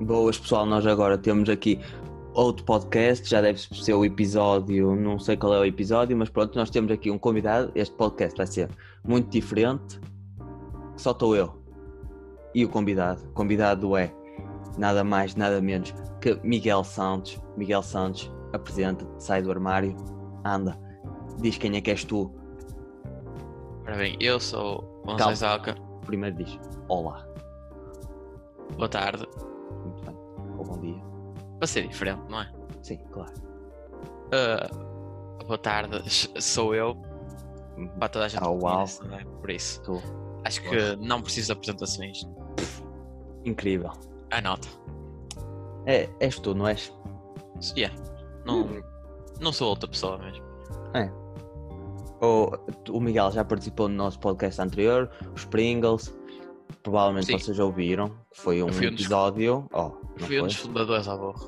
boas, pessoal. Nós agora temos aqui outro podcast, já deve ser o episódio, não sei qual é o episódio, mas pronto, nós temos aqui um convidado. Este podcast vai ser muito diferente. Só estou eu e o convidado. O convidado é nada mais, nada menos que Miguel Santos. Miguel Santos apresenta, sai do armário, anda, diz quem é que és tu. Ora bem, eu sou Gonçalves Alca. Primeiro diz: Olá. Boa tarde. Muito bem. Ou bom dia. Para ser diferente, não é? Sim, claro. Ah, boa tarde, sou eu. Para toda a gente Ah, me uau. conhece, não é? Por isso. Tu. Acho que não preciso de apresentações. Ah, Incrível. Anota. É, és tu, não és? Yeah. Não, Hum. não sou outra pessoa mesmo. O, o Miguel já participou no nosso podcast anterior, os Pringles. Provavelmente Sim. vocês ouviram, que foi um fui um dos- episódio. Oh, não, Fui um dos foi? fundadores à borra.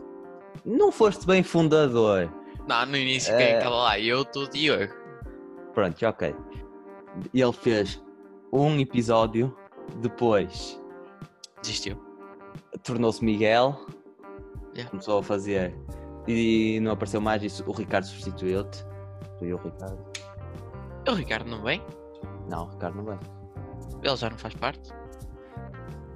Não foste bem fundador. Não, no início É. quem estava lá? Eu, tu e Diogo. Pronto, ok. Ele fez um episódio, depois Desistiu. tornou-se Miguel, Yeah. começou a fazer e não apareceu mais. Isso, o Ricardo substituiu-te. Tu e o Ricardo. E O Ricardo não vem? Não, o Ricardo não vai. Ele já não faz parte?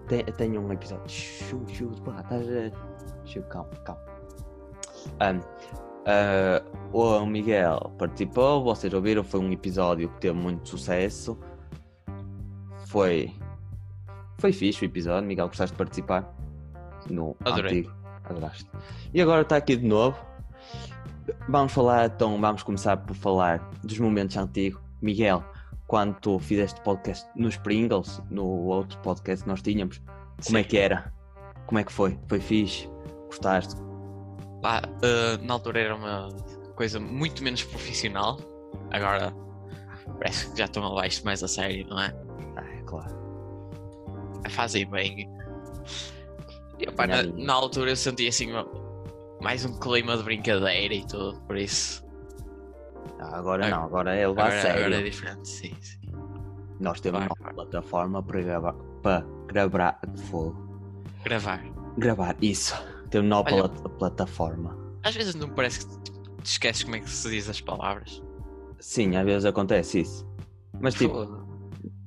Tem, tenho um episódio. Chu, chu, pá, estás a. Chu, calma, calma. Ahm, ah, o Miguel participou, vocês ouviram, foi um episódio que teve muito sucesso. Foi. Foi fixe o episódio, Miguel, gostaste de participar? No Adorei. antigo. Adoraste. E agora está aqui de novo. Vamos falar, então, vamos começar por falar dos momentos antigos. Miguel, quando tu fizeste podcast nos Pringles, no outro podcast que nós tínhamos, como é que era? Como é que foi? Foi fixe? Gostaste? Pá, eh, na altura era uma coisa muito menos profissional. Agora parece que já estão a levar isto mais a sério, não é? Ah, é claro. Fazem bem. E, pá, na, na altura eu senti assim uma- mais um clima de brincadeira e tudo, por isso. Ah, agora Ag- não, agora é levar a Agora, sério. agora é diferente, sim. sim. Nós temos Claro, uma plataforma para gravar. Para gravar. Fogo. Gravar. Gravar, isso. Temos nova Olha- plat- plataforma. Às vezes não parece que te te esqueces como é que se diz as palavras. Sim, às vezes acontece isso. Mas tipo,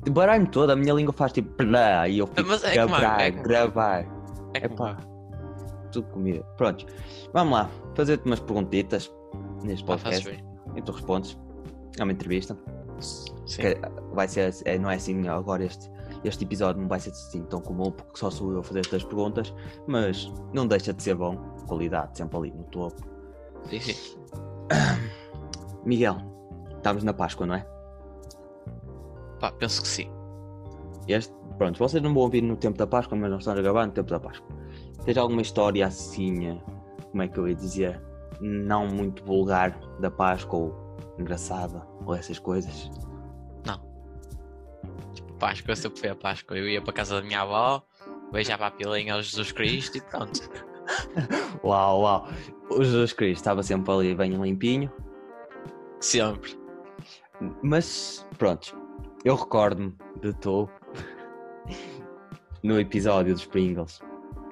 baralho-me toda, a minha língua faz tipo. Plá, e eu fico. Mas é como- gravar, é como- gravar. é como- Epá, tudo comida. Pronto, vamos lá. Fazer-te umas perguntitas neste pá, fazes podcast. bem. E tu respondes. É uma entrevista. Sim. Que vai ser, é, não é assim agora este, este episódio não vai ser assim tão comum porque só sou eu a fazer estas perguntas, mas não deixa de ser bom. Qualidade sempre ali no topo. Sim, sim. Miguel, estamos na Páscoa, não é? Pá, penso que sim. Este, pronto, vocês não vão ouvir no tempo da Páscoa, mas nós estamos a gravar no tempo da Páscoa. Tens alguma história assim, eh, como é que eu ia dizer, não muito vulgar da Páscoa ou engraçada ou essas coisas? Páscoa, sempre foi a Páscoa. Eu ia para a casa da minha avó, beijava a pilinha ao Jesus Cristo e pronto. Uau, uau! O Jesus Cristo estava sempre ali bem limpinho. Sempre. Mas pronto, eu recordo-me de tu no episódio dos Pringles.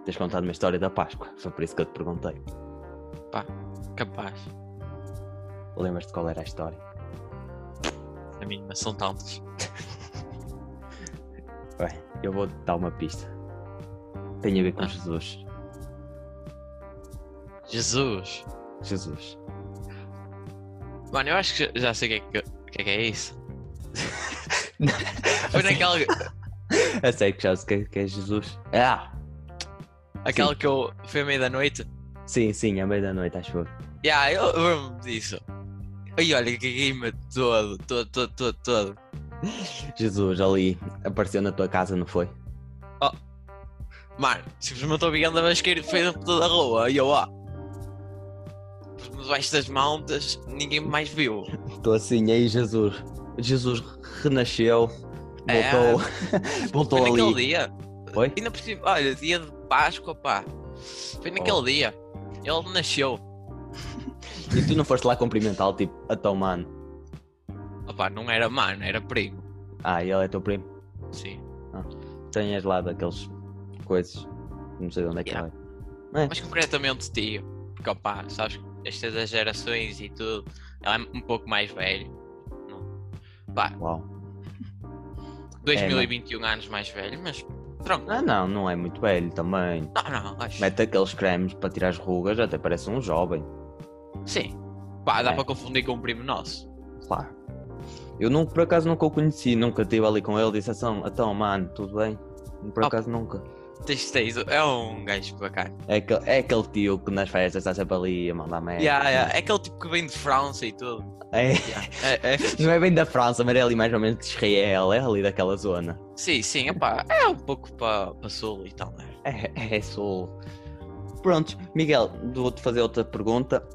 Tens contado uma história da Páscoa, foi por isso que eu te perguntei. Capaz. Lembras-te qual era a história? A mínima são tantas. Bem, eu vou dar uma pista. Tem a ver com Ah. Jesus. Jesus. Jesus. Mano, eu acho que já sei o que é que, o que, é, que é isso. Foi naquela Eu sei que já sei que- que é Jesus. Ah! aquela que eu. Foi à meia-noite. Sim, sim, à meia-noite, acho eu. Yeah, eu lembro-me disso. Ai, olha, caguei-me todo, todo, todo, todo, todo. Jesus ali apareceu na tua casa, não foi? Mano, simplesmente obrigando a basqueira foi dentro um da rua. E eu, ó. Por debaixo das mãos, ninguém me mais viu. Estou assim, aí Jesus. Jesus renasceu. É. Voltou. voltou Foi naquele ali. dia. Foi? Ainda por cima, olha, dia de Páscoa, pá. Foi naquele Oh. dia. Ele nasceu. E tu não foste lá cumprimentá-lo, tipo, então mano. Opá, não era mano, era primo. Ah, ele é teu primo. Sim. Tenhas lá daqueles coisas. Não sei de onde é que Yeah. vai. É. Mas concretamente tio, porque opá, sabes, estas as gerações e tudo, ela é um pouco mais velho. Não. Pá, Uau. É, 2021 anos mais velho, mas tranquilo. Ah, não, não é muito velho também. Não, não, acho. Mete aqueles cremes para tirar as rugas, até parece um jovem, Sim. Pá, dá É. para confundir com um primo nosso. claro. Eu nunca, por acaso nunca o conheci, nunca estive ali com ele, disse assim, então mano, tudo bem? Por Ah, acaso nunca. Tens, tens, é um gajo bacana. É aquele, é aquele tio que nas festas está sempre ali a mandar merda. Yeah, yeah, É aquele tipo que vem de França e tudo. É, Yeah. É- é fixe. não é bem da França, mas é ali mais ou menos de Israel, é ali daquela zona. Sim, sim, epá, é um pouco para pa sul e tal, né? É, é sul. Pronto, Miguel, vou-te fazer outra pergunta.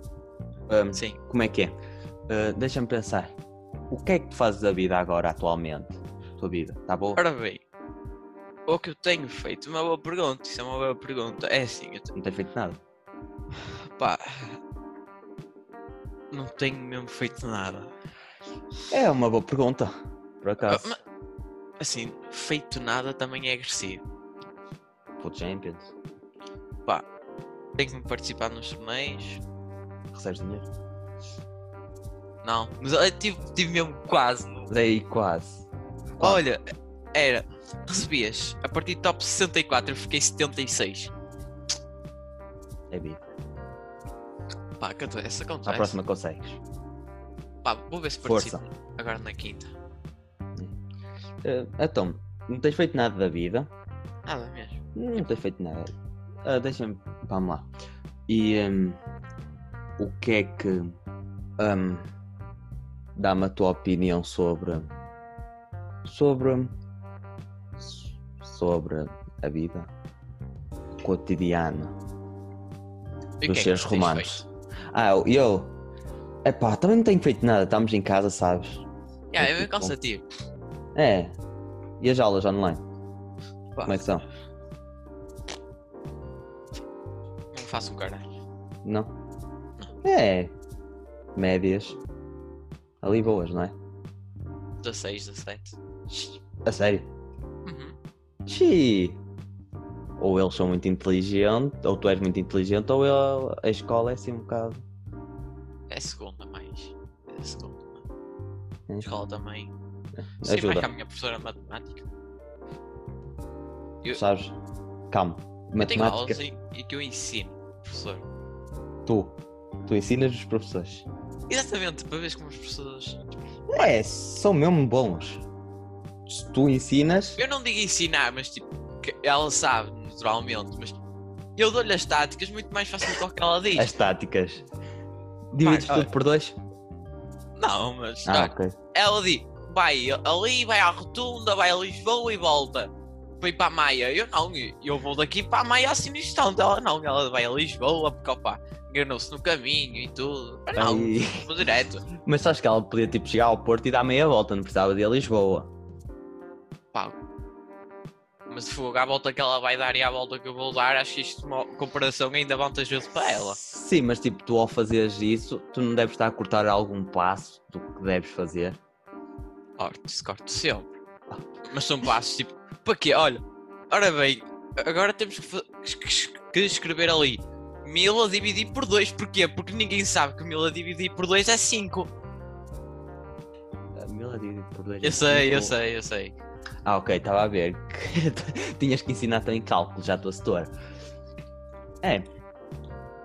Ahm, Sim. como é que é? Ah, Deixa-me pensar. O que é que tu fazes da vida agora, atualmente? Tua vida, tá boa? Ora bem, o que eu tenho feito? Uma boa pergunta, isso é uma boa pergunta. É assim, eu Não tens feito nada. te- pá, não tenho mesmo feito nada. É uma boa pergunta, por acaso. Ah, Assim, feito nada também é agressivo. Pro Champions, Tenho que participar nos torneios. recebes dinheiro. Não, mas eu tive, tive mesmo quase. Mas é aí quase. Quase. Olha, era, recebias a partir de top 64, eu fiquei 76. É vida. Pá, canto, essa À acontece. próxima consegues. Pá, vou ver se Força. participo agora na quinta. Ah, então, não tens feito nada da vida. Nada mesmo. Não tens feito nada. Ah, Deixa-me. Vamos lá. E hum, o que é que. hum, Dá-me a tua opinião sobre. Sobre. Sobre a vida cotidiana dos E o que é que seres tens romanos. Ah, eu- eu. Epá, também não tenho feito nada. Estamos em casa, sabes? feito? Yeah, É é bem tipo- cansativo. É. E as aulas online? Pá, Como é que são? Não faço um caralho. Não? É. Médias. Ali boas, não é? 16, 17. A sério. Uhum. Xi. Ou eles são muito inteligentes, ou tu és muito inteligente, ou eu- a escola é assim um bocado. É segunda mais. É segunda. É. Na escola também. Sim, mais que a Ajuda. minha professora de matemática. eu- Sabes? Calma. Eu tenho aulas Matemática. e, e que eu ensino, professor. Tu. Tu ensinas os professores. Exatamente, para ver como as pessoas. É, são mesmo bons. Se tu ensinas. Eu não digo ensinar, mas tipo, que ela sabe naturalmente, mas eu dou-lhe as táticas muito mais fácil do que o que ela diz. As táticas. Divides Vai, tudo por dois? Não, mas Ah, tá. ok. ela diz: vai ali, vai à rotunda, vai a Lisboa e volta. Vai para a Maia. Eu não, eu vou daqui para a Maia assim no instante. Ela não, ela vai a Lisboa porque opa, enganou-se no caminho e tudo. Mas não, Ai. vou direto. Mas sabes que ela podia tipo chegar ao Porto e dar meia volta, não precisava de ir a Lisboa. Pá. Mas fogo, à volta que ela vai dar e à volta que eu vou dar, acho que isto é uma comparação ainda vantajosa para ela. Sim, mas tipo, tu ao fazeres isso, tu não deves estar a cortar algum passo do que deves fazer. Corte-se, corte sempre. Mas são passos tipo, para quê? Olha, ora bem, agora temos que, fa- que es- que escrever ali Mila dividir por 2, porquê? Porque ninguém sabe que Mila dividir por 2 é 5. Ah, Mila dividido por dois é Eu sei, eu cinco. sei, eu sei. Ah, ok, estava a ver. que Tinhas que ensinar também cálculo, já a tua setora. É.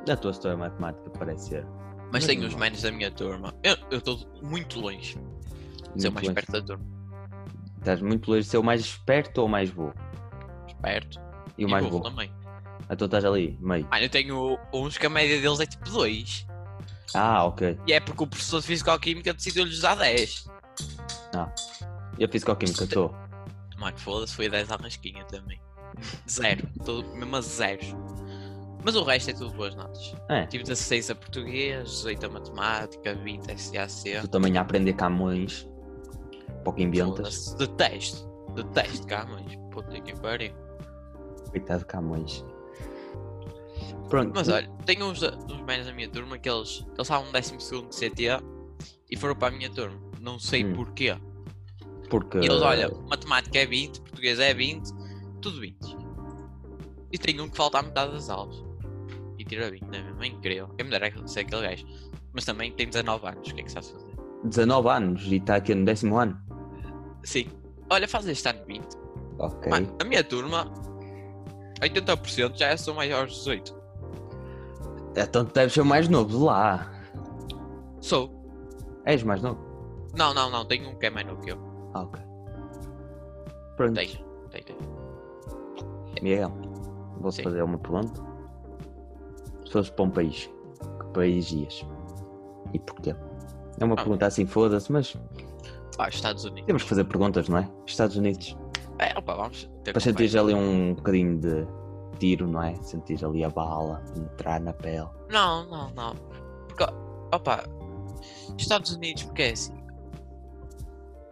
A tua setora de matemática parece ser. Mas Mas tenho não os vai. manos da minha turma. Eu eu estou muito longe de ser muito o mais longe. perto da turma. Estás muito longe de ser o mais esperto ou o mais burro? Perto. E o mais burro burro. também. Ah, tu estás ali, meio. Mano, eu tenho uns que a média deles é tipo 2. Ah, ok. E é porque o professor de Físico-Química decidiu-lhes dar 10. Eu fiz qualquer que eu estou. Mano, foda-se, foi 10 à rasquinha também. Zero. Todo, mesmo a zeros. Mas o resto é tudo boas notas. É. Tive 16 a português, 18 a matemática, 20 a SAC. Tu também a aprender Camões. Pouco inventas. Foda-se, Detesto. Detesto Camões. Puta que pariu. Coitado Camões. Pronto. Mas olha, tenho uns, da- uns menos da minha turma que eles, eles estavam no 12 de CTA e foram para a minha turma. Não sei Hum. porquê. Porque. E eles, olha, Ah. matemática é 20, português é 20, tudo 20. E tem um que falta à metade das aulas. tira 20, não é mesmo? É incrível. Eu me daria ser aquele gajo. Mas também tem 19 anos, o que é que sabes fazer? 19 anos e está aqui no décimo ano. Sim. Olha, faz este ano 20. Ok. Mano, a minha turma, 80% já são maiores de 18. Então tu deves ser o mais novo de lá. Sou. És mais novo? Não, não, não. Tenho um que é mais novo que eu. Ah, ok. Pronto, Tenho. Tenho, tenho. Miguel, vou-te Sim. fazer uma pergunta. Se fores para um país, que país ias? E porquê? É uma Ah. pergunta assim, foda-se, mas Ah, Estados Unidos. temos que fazer perguntas, não é? Estados Unidos. É, opa, vamos. Ter Para conversa. sentir ali um bocadinho de tiro, não é? Sentir ali a bala, penetrar na pele. Não, não, não. Porque, opa, Estados Unidos, porque é assim.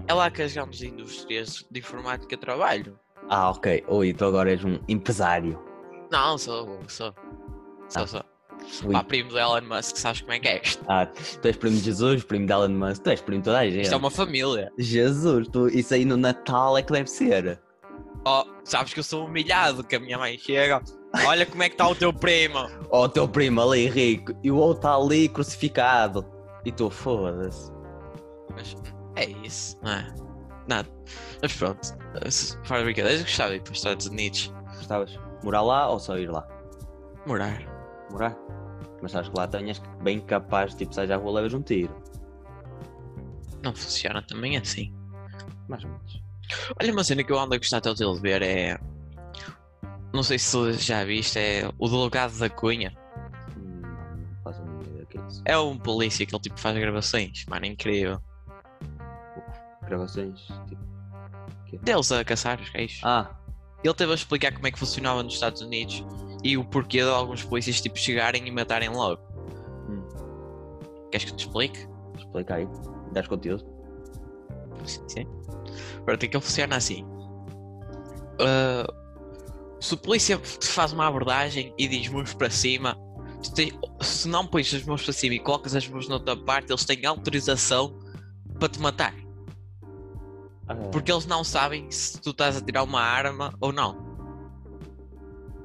É lá que as grandes indústrias de informática trabalham. Ah, ok. Oi, tu agora és um empresário. Não, sou, sou. Sou, Ah. sou. Ui. Pá, primo do Elon Musk, sabes como é que é isto? Ah, tu és primo de Jesus, primo de Elon Musk, tu és primo de toda a gente. Isto é uma família. Jesus, tu... isso aí no Natal é que deve ser. Oh, sabes que eu sou humilhado, que a minha mãe chega. Olha como é que está o teu primo. Ó, o teu primo ali rico e o outro tá ali crucificado. E tu foda-se. Mas é isso, não é? Nada. Mas pronto, se- fora de brincadeiras, eu gostava de ir para os Estados Unidos Gostavas de morar lá ou só ir lá? morar. Morar. Mas sabes que lá tenhas que bem capaz, tipo, sais à rua levas um tiro. Não funciona também assim. Mais ou menos. Olha uma cena que eu ando a gostar até de ver é. Não sei se já viste, é o delegado da Cunha. Hum, Não, não faço a mínima ideia do que é isso. É um polícia que ele tipo faz gravações, mano, é incrível. Gravações, tipo... Deles a caçar os gajos. Ah, Ele teve a explicar como é que funcionava nos Estados Unidos e o porquê de alguns polícias tipo chegarem e matarem logo. Hum. Queres que te explique? explica aí. Dás conteúdo. Sim, sim. Pronto, aquilo funciona assim. Ah, se o polícia te faz uma abordagem e diz mãos para cima, tu tens- se não pões as mãos para cima e colocas as mãos noutra parte, eles têm autorização para te matar. Ah, Porque eles não sabem se tu estás a tirar uma arma ou não.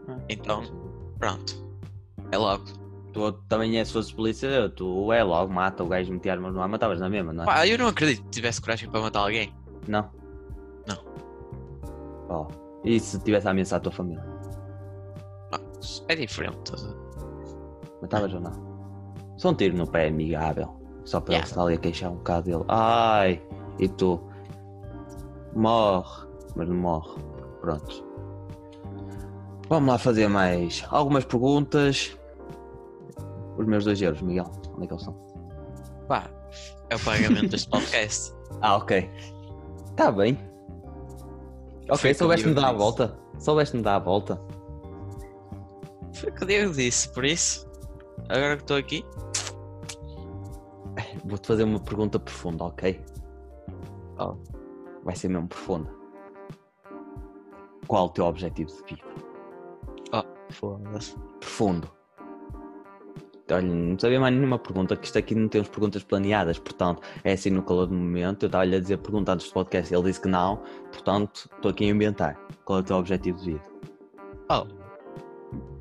ah, Então, pronto. É logo. Tu também és se fosse polícia, tu é logo mata o gajo, metia armas no ar, matavas na mesma, não é? Pá, eu não acredito que tivesse coragem para matar alguém. Não? Não. Ó, e se tivesse a ameaçar a tua família? Pá, É diferente. estás a ver? Matavas ou não? Só um tiro no pé amigável. Só para Yeah. ele estar ali a queixar um bocado dele. Ai! E tu? Morre. Mas não morre. Pronto. Vamos lá fazer mais algumas perguntas. Os meus dois euros, Miguel. Onde é que eles são? Pá, é o pagamento deste podcast. Ah, ok. Está bem. Foi Ok, o que o soubeste-me Diogo dar a disse. volta. Soubeste-me dar a volta. Foi o que o Diego disse, por isso. Agora que estou aqui. Vou-te fazer uma pergunta profunda, ok? Ah. Oh. Vai ser mesmo profunda. Qual o teu objetivo de vida? Ah, Foda-se. Profundo. Olha, não sabia mais nenhuma pergunta, que isto aqui não temos perguntas planeadas, portanto, é assim no calor do momento. Eu estava-lhe a dizer pergunta antes do podcast, ele disse que não, portanto, estou aqui a inventar. Qual é o teu objetivo de vida? Oh.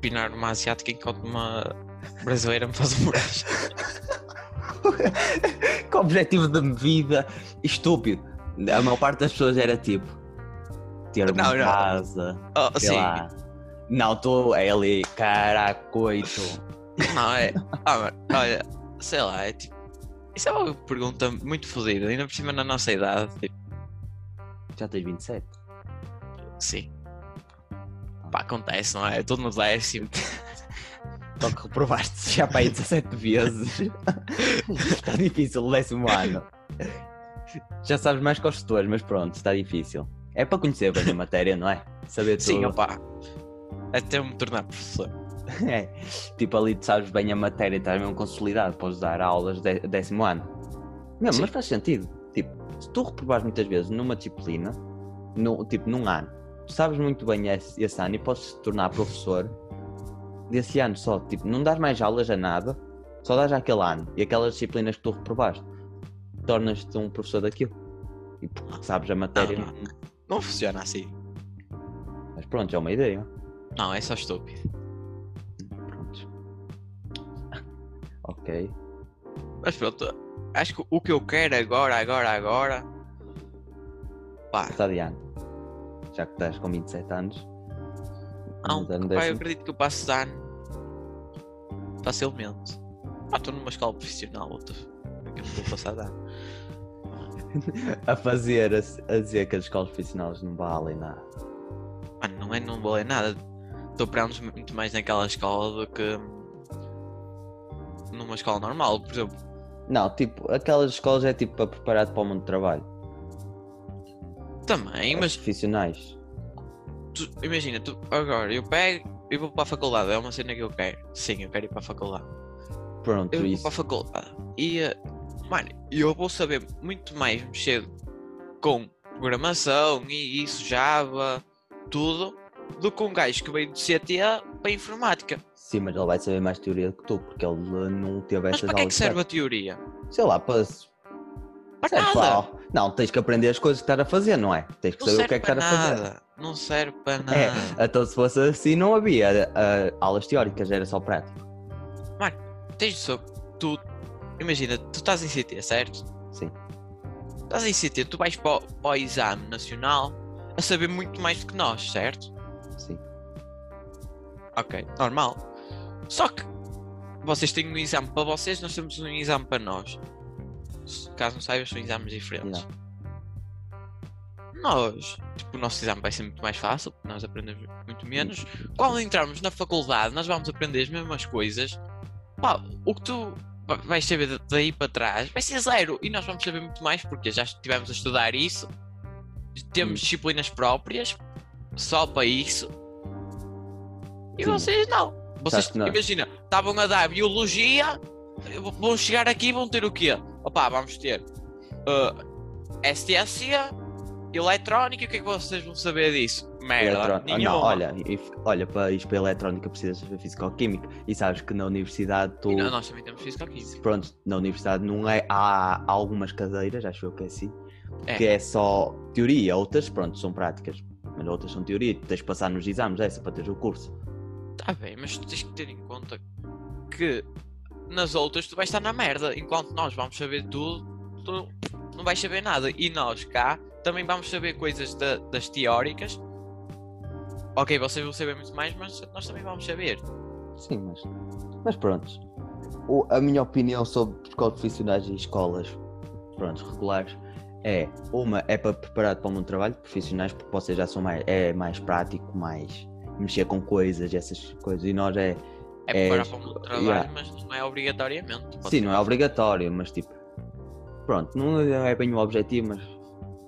Pinar numa asiática enquanto uma brasileira me faz um buraco. Que objetivo de vida estúpido! A maior parte das pessoas era tipo ter uma Não, não. casa, Oh, sei sim. lá. Não, tu é ali, caracoito. Não, é. Ah, mano, olha, sei lá, é tipo. Isso é uma pergunta muito fodida, ainda por cima na nossa idade. Tipo, Já tens 27. sim. Pá, acontece, não é? Estou no décimo. Só que reprovaste já para aí 17 vezes. está difícil o décimo ano. Já sabes mais que os tutores, mas pronto, está difícil. É para conhecer bem a matéria, não é? Saber tudo. Sim, opá. Até eu me tornar professor. É. Tipo ali tu sabes bem a matéria, estás mesmo consolidado, podes dar aulas de décimo ano. Mesmo, Sim. mas faz sentido. Tipo, se tu reprovares muitas vezes numa disciplina, no, tipo num ano, tu sabes muito bem esse, esse ano e podes te tornar professor desse ano só. Tipo, não dás mais aulas a nada, só dás àquele ano e aquelas disciplinas que tu reprovaste. Tornas-te um professor daquilo. E porque sabes a matéria. Não, Não funciona assim. Mas pronto, é uma ideia. Não, é só estúpido. Pronto. Ok. Mas pronto, acho que o que eu quero agora, agora, agora. Pá, Está adiante. Já que estás com 27 anos. há um Mas ano pá, eu décimo. acredito que eu passo de ano facilmente. Pá, estou numa escola profissional, outra. Como é que eu não vou passar de ano? A fazer, a, a dizer que as escolas profissionais não valem nada. Mano, não é, não vou ler nada. Estou para anos muito mais naquela escola do que numa escola normal, por exemplo. Não, tipo, aquelas escolas é tipo para preparar-te para o mundo do trabalho. Também, As mas Profissionais. tu- imagina, tu, agora eu pego e vou para a faculdade, é uma cena que eu quero. Sim, eu quero ir para a faculdade. Pronto, Eu vou isso. para a faculdade e, eh, mano, eu vou saber muito mais mexer com programação e isso, Java, tudo, do que um gajo que veio do CTA para a informática. Sim, mas ele vai saber mais teoria do que tu, porque ele não teve Mas essas para que é que aulas. serve a teoria? certas. Sei lá, para. Serve Para nada! para- Não, tens que aprender as coisas que estás a fazer, não é? Tens que Não saber o serve que é que para estás a fazer. nada. Ah. Não serve para nada. É, então se fosse assim não havia ah, aulas teóricas, era só prático. Tens de saber. Tu, imagina, tu estás em CT, certo? Sim. Estás em CT, tu vais para o, para o exame nacional a saber muito mais do que nós, certo? Sim. Ok, normal. Só que vocês têm um exame para vocês, nós temos um exame para nós. Se- Caso não saibas, são exames diferentes. Nós, tipo, o nosso exame vai ser muito mais fácil, porque nós aprendemos muito menos. Quando entrarmos na faculdade, nós vamos aprender as mesmas coisas. Pá, o que tu va- vais saber da- daí para trás vai ser zero e nós vamos saber muito mais porque já estivemos a estudar isso, temos Hum. disciplinas próprias só para isso. E Sim. vocês não. Vocês, Sabes que não. imagina, estavam a dar biologia, eh, vão chegar aqui e vão ter o quê? Opa, vamos ter eh, STSC, eletrónica, o que é que vocês vão saber disso? Merda, Eletrón- Ah, nenhuma. Não, olha, if- olha, para ir para a eletrónica precisas saber físico-química e sabes que na universidade tu. E não, nós também temos física aqui. Pronto, na universidade não é. Há algumas cadeiras, acho eu que é assim, É. que é só teoria, outras, pronto, são práticas. Mas outras são teoria, e tu tens de passar nos exames, essa para teres o curso. Tá bem, mas tu tens que ter em conta que nas outras tu vais estar na merda, enquanto nós vamos saber tudo, tu não vais saber nada. E nós cá também vamos saber coisas da- das teóricas. Ok, vocês vão saber muito mais, mas nós também vamos saber. Sim, mas. Mas pronto. O- a minha opinião sobre escolas profissionais e escolas pronto, regulares é uma é para preparar para o mundo do trabalho, profissionais, porque vocês já são mais, é mais prático, mais mexer com coisas, essas coisas, e nós é. É É, preparar para o mundo do trabalho, yeah. mas não é obrigatoriamente. Pode Sim, ser não é obrigatório, mas tipo. Pronto, não é bem o objetivo, mas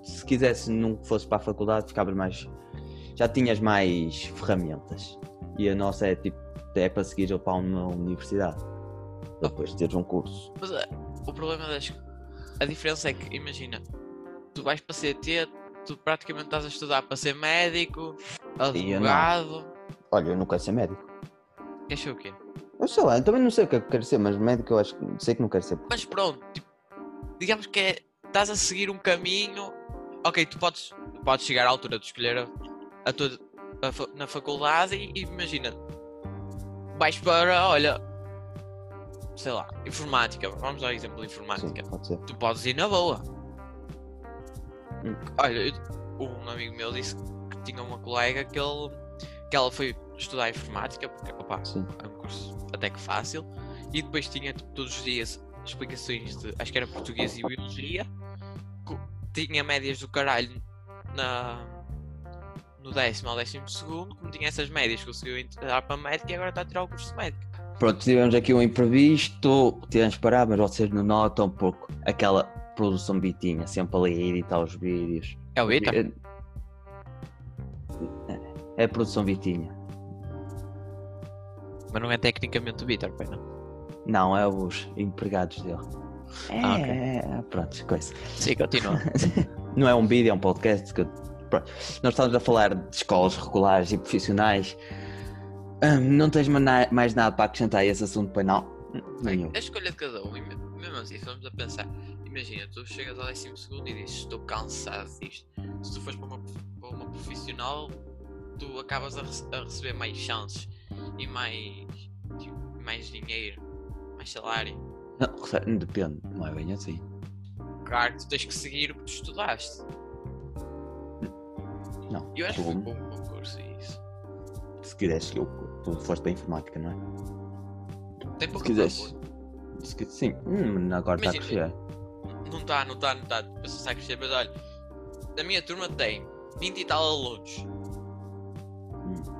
se quisesse não fosse para a faculdade, ficavas mais. Já tinhas mais ferramentas. E a nossa é tipo, é para seguir para uma universidade. Depois de teres um curso. Mas é, o problema das. A diferença é que, imagina, tu vais para CT, tu praticamente estás a estudar para ser médico, E eu não. advogado. Olha, eu não quero ser médico. Queres ser o quê? Eu sei lá, eu também não sei o que é que quero ser, mas médico eu acho que sei que não quero ser. Mas pronto, tipo, digamos que é, estás a seguir um caminho. Ok, tu podes, podes chegar à altura de escolher a, a tua, a fa- na faculdade e, e imagina, vais para, olha, sei lá, informática. Vamos dar exemplo de Sim, informática. pode ser. tu podes ir na boa. Hum. Olha, eu- um amigo meu disse que tinha uma colega que, ele, que ela foi estudar informática, porque opa, Sim. é um curso até que fácil, e depois tinha tipo, todos os dias explicações de acho que era português e biologia, co- tinha médias do caralho na, no décimo ao décimo segundo, como tinha essas médias, conseguiu entrar para médico e agora está a tirar o curso de médico. Pronto, tivemos aqui um imprevisto, tivemos de parar, mas vocês não notam pouco aquela produção bitinha, sempre ali a editar os vídeos. É o Ita? É a produção Vitinha. Mas não é tecnicamente o Vitor, pai, não. Não, é os empregados dele. É, Ah, ok. é, é, pronto, coisa. Sim, continua. Não é um vídeo, é um podcast. Que... eu- pronto. Nós estamos a falar de escolas regulares e profissionais. Hum, não tens ma- na- mais nada para acrescentar a esse assunto, pois não? Nenhum. A escolha de cada um, e me- mesmo assim, se vamos a pensar, imagina, tu chegas ao décimo segundo e dizes estou cansado disto. Se tu fores para uma, para uma profissional, tu acabas a, rece- a receber mais chances e mais, tipo, mais dinheiro, mais mais salário. Não, recebe- depende, não é bem assim. Claro que tu tens que seguir o que tu estudaste. Não, Eu acho que foi tu, com um concurso e isso. se quiseres que eu. Tu foste para a informática, não é? Tem Se pouca quiseres. procura. Se qui- Sim, hum, agora está a Imagina. crescer. Não está, não está, não tá. está. Passa a crescer, mas olha. A minha turma tem 20 e tal alunos.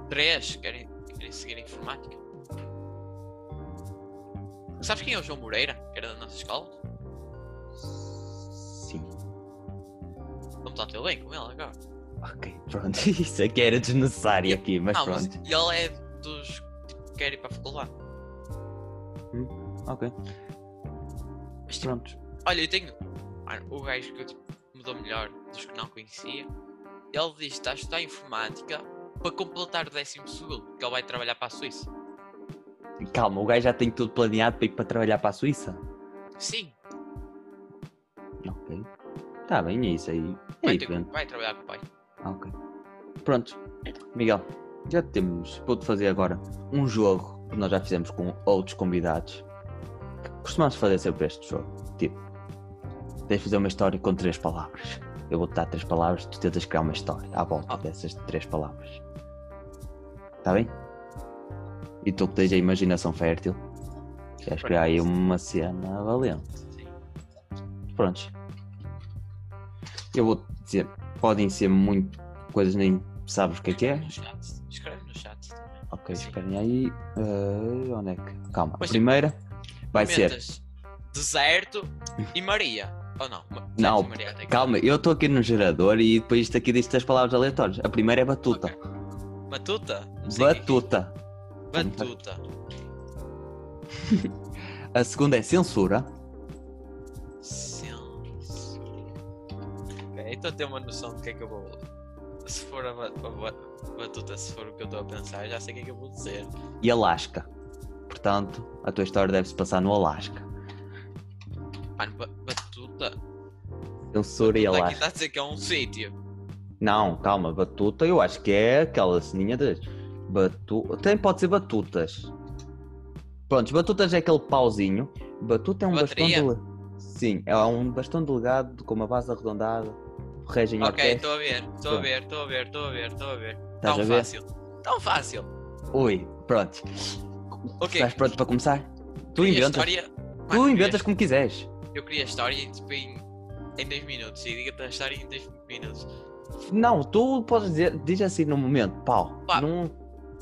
Três querem, querem seguir a informática. Sabes quem é o João Moreira? Que era da nossa escola? Sim. Vamos lá ter bem com ele agora. Ok, pronto. Isso aqui era desnecessário aqui, mas não, pronto. Ah, mas ele é dos que quer ir para a faculdade. Ok, Mas tipo, pronto. Olha, eu tenho. Mano, o gajo que eu tipo, me dou melhor dos que não conhecia. Ele diz que está a estudar informática para completar o décimo segundo, que ele vai trabalhar para a Suíça. Calma, o gajo já tem tudo planeado para ir para trabalhar para a Suíça. Sim, Ok. Está bem, é isso aí. É vai, ter- diferente. vai trabalhar com o pai. Ah, ok. Pronto. Miguel, já temos. Vou-te fazer agora um jogo que nós já fizemos com outros convidados. Costumamos fazer sempre este jogo. Tipo, tens de fazer uma história com três palavras. Eu vou-te dar três palavras, tu tentas criar uma história à volta Ah. dessas três palavras. Está bem? E tu que tens a imaginação fértil, queres criar aí uma cena valente. Sim. Prontos. Eu vou dizer, podem ser muito coisas nem sabes o que é que Escreve é. no chat. Escreve no chat também. Ok, Sim. esperem aí. Ah, onde é que. Calma, a Pois- primeira vai ser. Comentas Deserto e Maria. Ou não? Ma- Deserto Não, e Maria, tem que- Calma, eu estou aqui no gerador e depois isto aqui diz três palavras aleatórias. A primeira é batuta. Ok. Matuta? Não sei o que é que é. Batuta. Batuta. A segunda é censura. Silêncio. Ok, então tenho uma noção do que é que eu vou. Se for a, ba- a ba- batuta, se for o que eu estou a pensar, eu já sei o que é que eu vou dizer. e Alasca. Portanto, a tua história deve-se passar no Alasca. Mano, ba- batuta. Censura e Batuta aqui Alasca. está a dizer que é um sítio. Não, calma, batuta eu acho que é aquela ceninha das. Batu... Tem, pode ser batutas. Prontos, batutas é aquele pauzinho. Batuta é um Bateria? bastão delegado. Sim, é um bastão delegado com uma base arredondada. Regem Ok, orquestra. estou a ver, estou a ver, estou a ver, estou a ver, estou a ver. Tão a ver? fácil. Tão tá um fácil. Ui, pronto. Ok. Estás pronto para começar? Tu queria inventas. História... Mano, eu Tu queria- inventas como quiseres. Eu queria a história tipo, em 2 minutos. E diga-te a história em 2 minutos. Não, tu podes dizer, diz assim no momento, pau. Pá. Não,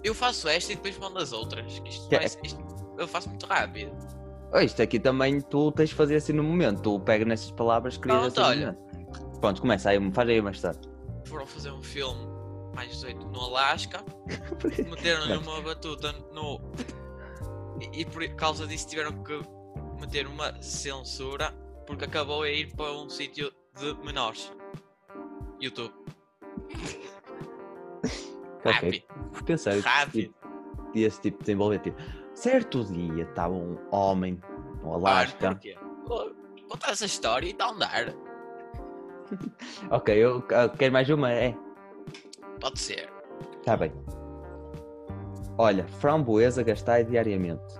Eu faço esta e depois mando as outras. que Isto Que é- vai ser- isto- Eu faço muito rápido. Oh, Isto aqui também tu tens de fazer assim no momento. Tu pegas nestas palavras, crias Pronto, assim olha. no momento. Pronto, começa aí, faz aí uma história. foram fazer um filme mais 18 no Alasca, meteram-lhe uma batuta no. E, e por causa disso tiveram que meter uma censura porque acabou a ir para um sítio de menores. YouTube. Ok, Rápido, pensei Ah, rápido. que esse tipo de desenvolver. Tipo, certo dia estava um homem um no Claro, Alasca. porquê? Vou Contar essa história e dá um dar. ok, eu ah, quero mais uma, é. Pode ser. Tá bem. Olha, framboesa gastai diariamente.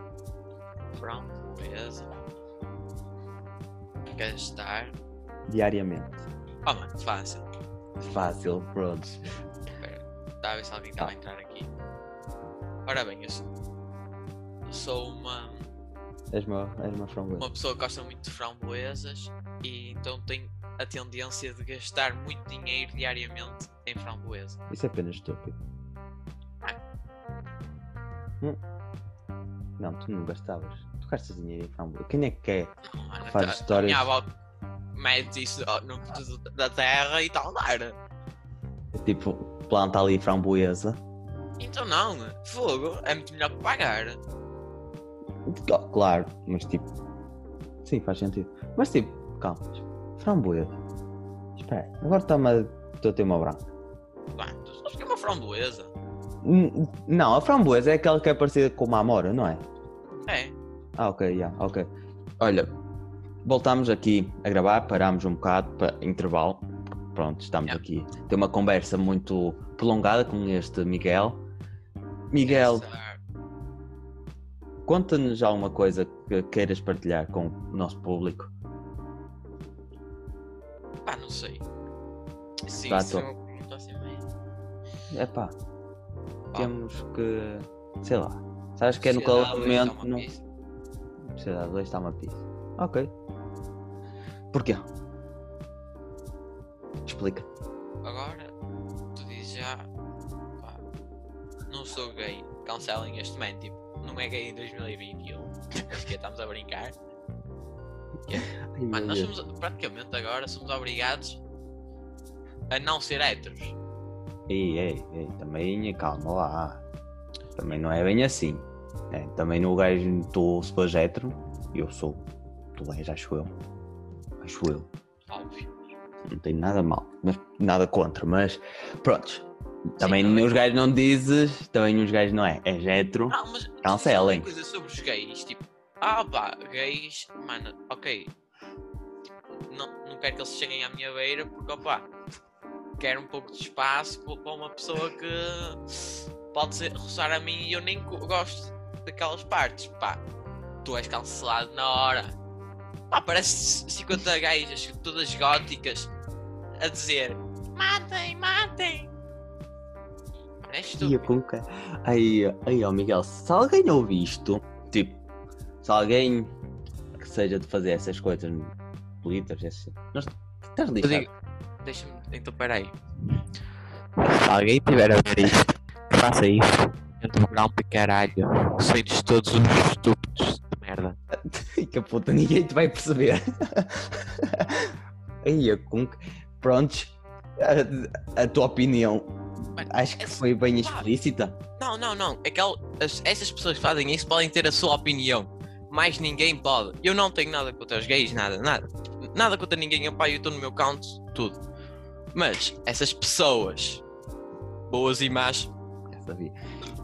Framboesa. Gastar. Diariamente. Oh mano, fácil. Fácil, pronto. Tá, a ver se alguém Tá. estava a entrar aqui. Ora bem, eu sou, eu sou uma, És uma, és uma framboesa. uma pessoa que gosta muito de framboesas e então tenho a tendência de gastar muito dinheiro diariamente em framboesa. Isso é apenas estúpido. Hum. Não, tu não gastavas. Tu gastas dinheiro em framboesa. Quem é que quer? Não, mano, Faz tá- histórias. Minha avó mete isso ó, no fruto da terra e tal, dar. Tipo, planta ali framboesa. Então não, fogo é muito melhor que pagar. Cla- Claro, mas tipo. Sim, faz sentido. Mas tipo, calma. Framboesa. Espera, agora está-me a. Estou a ter uma branca. Mano, tu sabes que é uma framboesa? N- Não, a framboesa é aquela que é parecida com uma amora, não é? É, Ah, ok, já, ok. Olha, voltámos aqui a gravar, parámos um bocado para intervalo. Pronto, estamos Yeah. aqui. Tem uma conversa muito prolongada com este Miguel. Miguel, gastar. Conta-nos alguma coisa que queiras partilhar com o nosso público. Pá, não sei. Sim, Tá, isso é tô. uma pergunta assim meio. É pá, Pá, temos que. Sei lá. Sabes que é no sociedade, calor do dois dá momento. uma Não... pizza. Sociedade 2 está uma pizza. Ok. Porquê? Explica. Agora, tu dizes já. Pá, não sou gay. Cancelem este man, tipo, não é gay em 2021. Acho um. que estamos a brincar. Ai, Mano, meu nós Deus. somos, praticamente agora somos obrigados a não ser héteros. Ei, ei, ei, também calma lá. Também não é bem assim. né? também no gajo, tu se fores hétero, eu sou. Tu és, acho eu. Acho eu. Óbvio. Não tenho nada mal, mas nada contra, mas pronto. Também também. os gajos não dizes, também os gajos não é. És hétero. Ah, mas tu dizes Cancelem. qualquer coisa sobre os gays, tipo, ah pá, gays, mano, ok. Não, não quero que eles cheguem à minha beira porque opá, quero um pouco de espaço para para uma pessoa que pode ser roçar a mim e eu nem co- gosto daquelas partes, pá. Tu és cancelado na hora. Pá, parece 50 gajas todas góticas a dizer matem, matem. Mano, é Ia Tipo, estúpido. com ca- Tipo, Aí, aí, ó Miguel, se alguém ouve isto, tipo, se alguém que seja de fazer essas coisas, políticas, essas. Nós, estás Eu lixado. digo- Deixa-me. Então, peraí. Se alguém tiver a ver isto, que faça isso. Entre o grão de caralho, sentes todos os estúpidos de merda. Ai, que puta, ninguém te vai perceber. Aí, a com que- Prontos, a, a tua opinião, Mano, acho que essa- foi bem pá. explícita. Não, não, não. Aquela, as- essas pessoas que fazem isso podem ter a sua opinião. Mas ninguém pode. Eu não tenho nada contra os gays, nada, nada. Nada contra ninguém, opá, eu estou no meu canto, tudo. Mas essas pessoas, boas e más, Já sabia.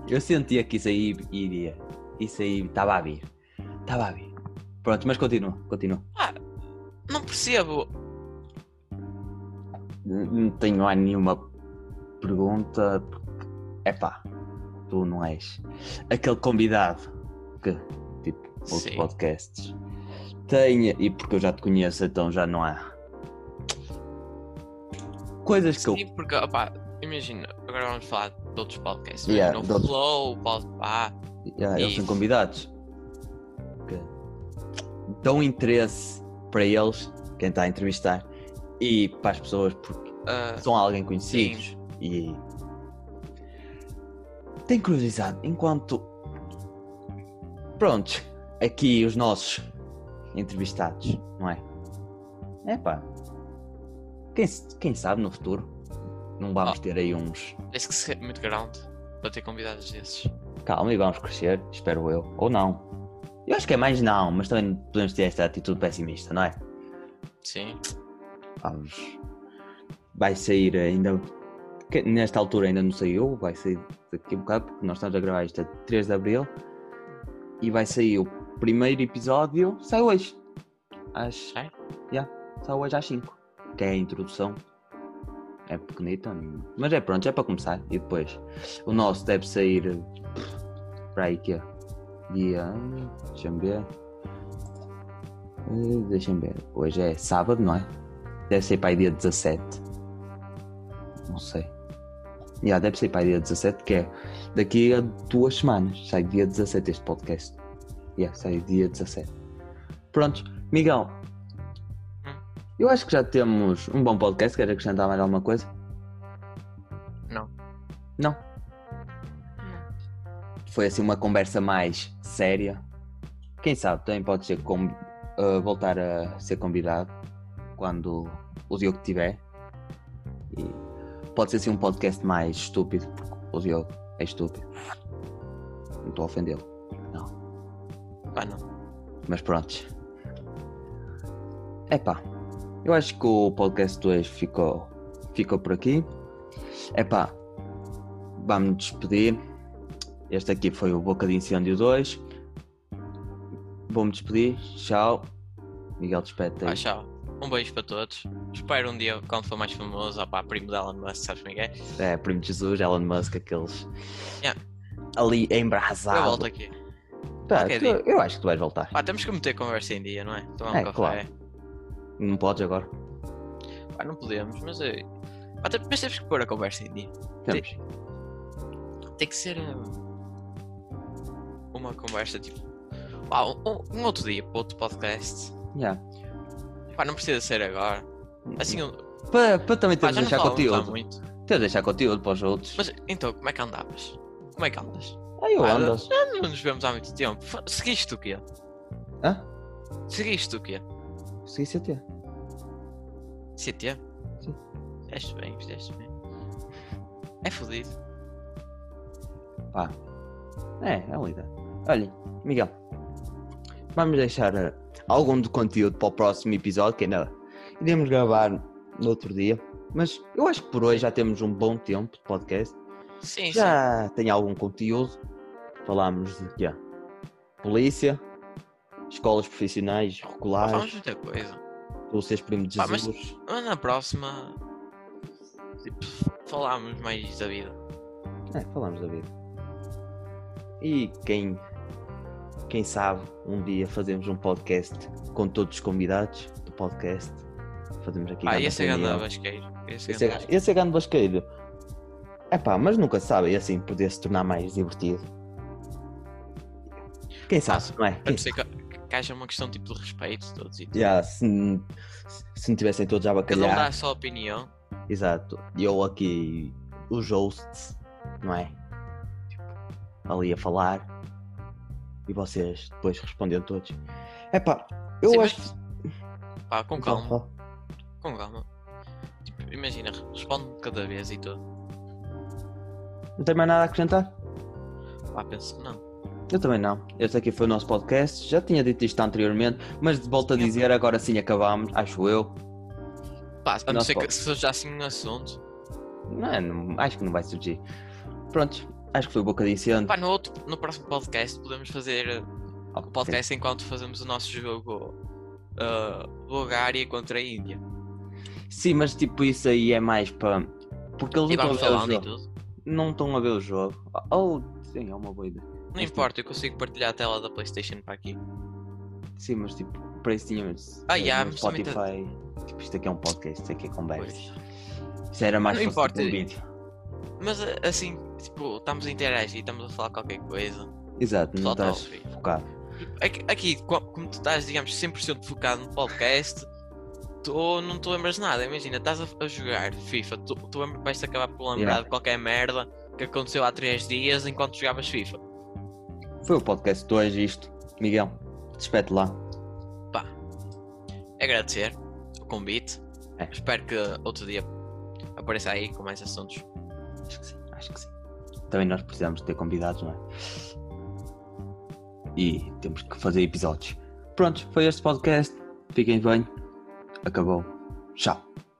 Eu sentia que isso aí iria. Isso aí estava a vir. Estava a vir. Pronto, mas continua, continua. não percebo. Não tenho lá nenhuma pergunta. Epá, tu não és aquele convidado que, tipo, outros Sim. podcasts tenha, e porque eu já te conheço, então já não há coisas que eu. Sim, porque, opá, imagina, agora vamos falar de outros podcasts. Yeah, imagina, de outros. o Flow, ah, o pá, Já, Ah, eles são Isso. convidados que dão interesse para eles, quem está a entrevistar, e para as pessoas, porque ah, são alguém conhecido. sim. E. Tenho curiosidade, enquanto. Prontos, aqui os nossos entrevistados, não é? É pá. Quem, s- quem sabe no futuro não vamos Ah. ter aí uns. Parece que se é muito grande para ter convidados desses. Calma e vamos crescer, espero eu. Ou não. Eu acho que é mais não, mas também não podemos ter esta atitude pessimista, não é? Sim. Vamos. Vai sair ainda. que Nesta altura ainda não saiu, vai sair daqui a um bocado, porque nós estamos a gravar isto a 3 de Abril. E vai sair o primeiro episódio. Sai hoje. Às. Sai? Já, sai hoje às 5. Que é a introdução. É pequenita, mas é pronto, é para começar. E depois. O nosso deve sair. pff, Para aí que é. Dia. Deixa-me ver. Eh, Deixa-me ver. Hoje é sábado, não é? Deve ser para aí dia 17. Não sei. Já, deve ser para aí dia 17, que é daqui a duas semanas. Sai dia 17 este podcast. Já, sai dia 17. Pronto, Miguel. Hum. Eu acho que já temos um bom podcast. Queres acrescentar mais alguma coisa? Não. Não? Foi assim uma conversa mais séria. Quem sabe também pode ser com, ah, voltar a ser convidado quando o Diogo tiver. E pode ser assim um podcast mais estúpido, porque o Diogo é estúpido. Não estou a ofendê-lo. Pá, não. Mas pronto. Epá, eu acho que o podcast 2 ficou, ficou por aqui. Epá, vamos despedir. Este aqui foi o Boca de Incêndio 2. Vou-me despedir. Tchau. Miguel, despede Pá, tchau. Um beijo para todos. Espero um dia, quando for mais famoso, opá, primo dela, mas sabes como é que é? É, Primo de Jesus, Elon Musk, aqueles. Yeah. Ali Eu embrasado. volto aqui. Tá, Qualquer tu- dia. eu acho que tu vais voltar. Pá, temos que meter conversa em dia, não é? Tomar um É, café. claro. Não podes agora. Pá, não podemos, mas. eh, pá, tem- mas temos que pôr a conversa em dia. Temos. Tem que ser. hum, uma conversa tipo. pá, um, um- um outro dia, para outro podcast. Yeah. Pá, não precisa ser agora. Assim, um, Para, para também pá, teres já de não deixar falamos há conteúdo. muito. Teres de deixar conteúdo para os outros. Mas então, como é que andavas? Como é que andas? Aí eu Ah, ando. Não nos vemos há muito tempo. Fa- Seguiste o quê? Hã? Seguiste o quê? Esqueci até. CT? Sim. Fizeste bem, fizeste bem. É fodido. Pá. É, é uma ideia. Olhem, Miguel. Vamos deixar eh, algum do conteúdo para o próximo episódio, que ainda iremos gravar no outro dia. Mas eu acho que por hoje já temos um bom tempo de podcast. Sim, sim. Já tem algum conteúdo. Falámos de quê? Polícia, escolas profissionais, Pá, regulares, Falamos muita coisa. vocês primo de Pá, mas- Jesus. Mas na próxima. Tipo, falámos mais da vida. É, falámos da vida. E quem, quem sabe, um dia fazemos um podcast com todos os convidados do podcast. Fazemos aqui. Ah, grande esse é grande reunião. basqueiro. Esse é Esse é- grande Esse é grande basqueiro. É pá, mas nunca se sabe, e assim poder se tornar mais divertido. Quem sabe, não é? A Quem não ser que, que haja uma questão tipo de respeito de todos e tudo. Já, se, se não tivessem todos a Cada um dá bacalhar. a sua opinião. Exato. E eu aqui, os hosts, não é? Tipo, Ali a falar. E vocês depois respondendo todos. É pá, eu Sim, acho. Então mas- Pá, com Fala, calma, fala. com calma. Tipo, imagina, responde de cada vez e tudo. Não tem mais nada a acrescentar? Pá, penso que não. Eu também não. Este aqui foi o nosso podcast. Já tinha dito isto anteriormente, mas de volta a Sim. dizer, agora sim acabámos, acho eu. Pá, a não Nossa, ser pá. que seja assim um assunto. Não, é, não- acho que não vai surgir. Pronto, acho que foi um bocadinho cedo. Pá, no, outro, no próximo podcast podemos fazer eh, Ah, o podcast enquanto fazemos o nosso jogo eh, Bulgária contra a Índia. sim. Sim, mas tipo, isso aí é mais para. Porque eles E não vamos estão a falando ver e o jogo. tudo. Não estão a ver o jogo. Oh, sim, é uma boa ideia. Não importa, eu consigo partilhar a tela da Playstation para aqui. Sim, mas tipo, para isso tínhamos Ah, eh, já, no mas também tá- Spotify. Tipo, isto aqui é um podcast, isto aqui é conversa. Pois. Isto era mais Não fácil que um importa. vídeo. Mas eh, assim, tipo, estamos a interagir, estamos a falar qualquer coisa. Exato, não Só tá estás ao vivo. focado. Aqui, aqui, co- como tu estás, digamos, 100% focado no podcast, tu não te lembras de nada. Imagina, estás a, a jogar FIFA, tu, tu lembra- vais-te acabar por lembrar Yeah. de qualquer merda que aconteceu há 3 dias enquanto jogavas FIFA. Foi o podcast de hoje, isto. Miguel, despete lá. Agradecer o convite. É. Espero que outro dia apareça aí com mais assuntos. Acho que sim, acho que sim. Também nós precisamos ter convidados, não é? E temos que fazer episódios. Pronto, foi este podcast. Fiquem bem. Acabou. Tchau.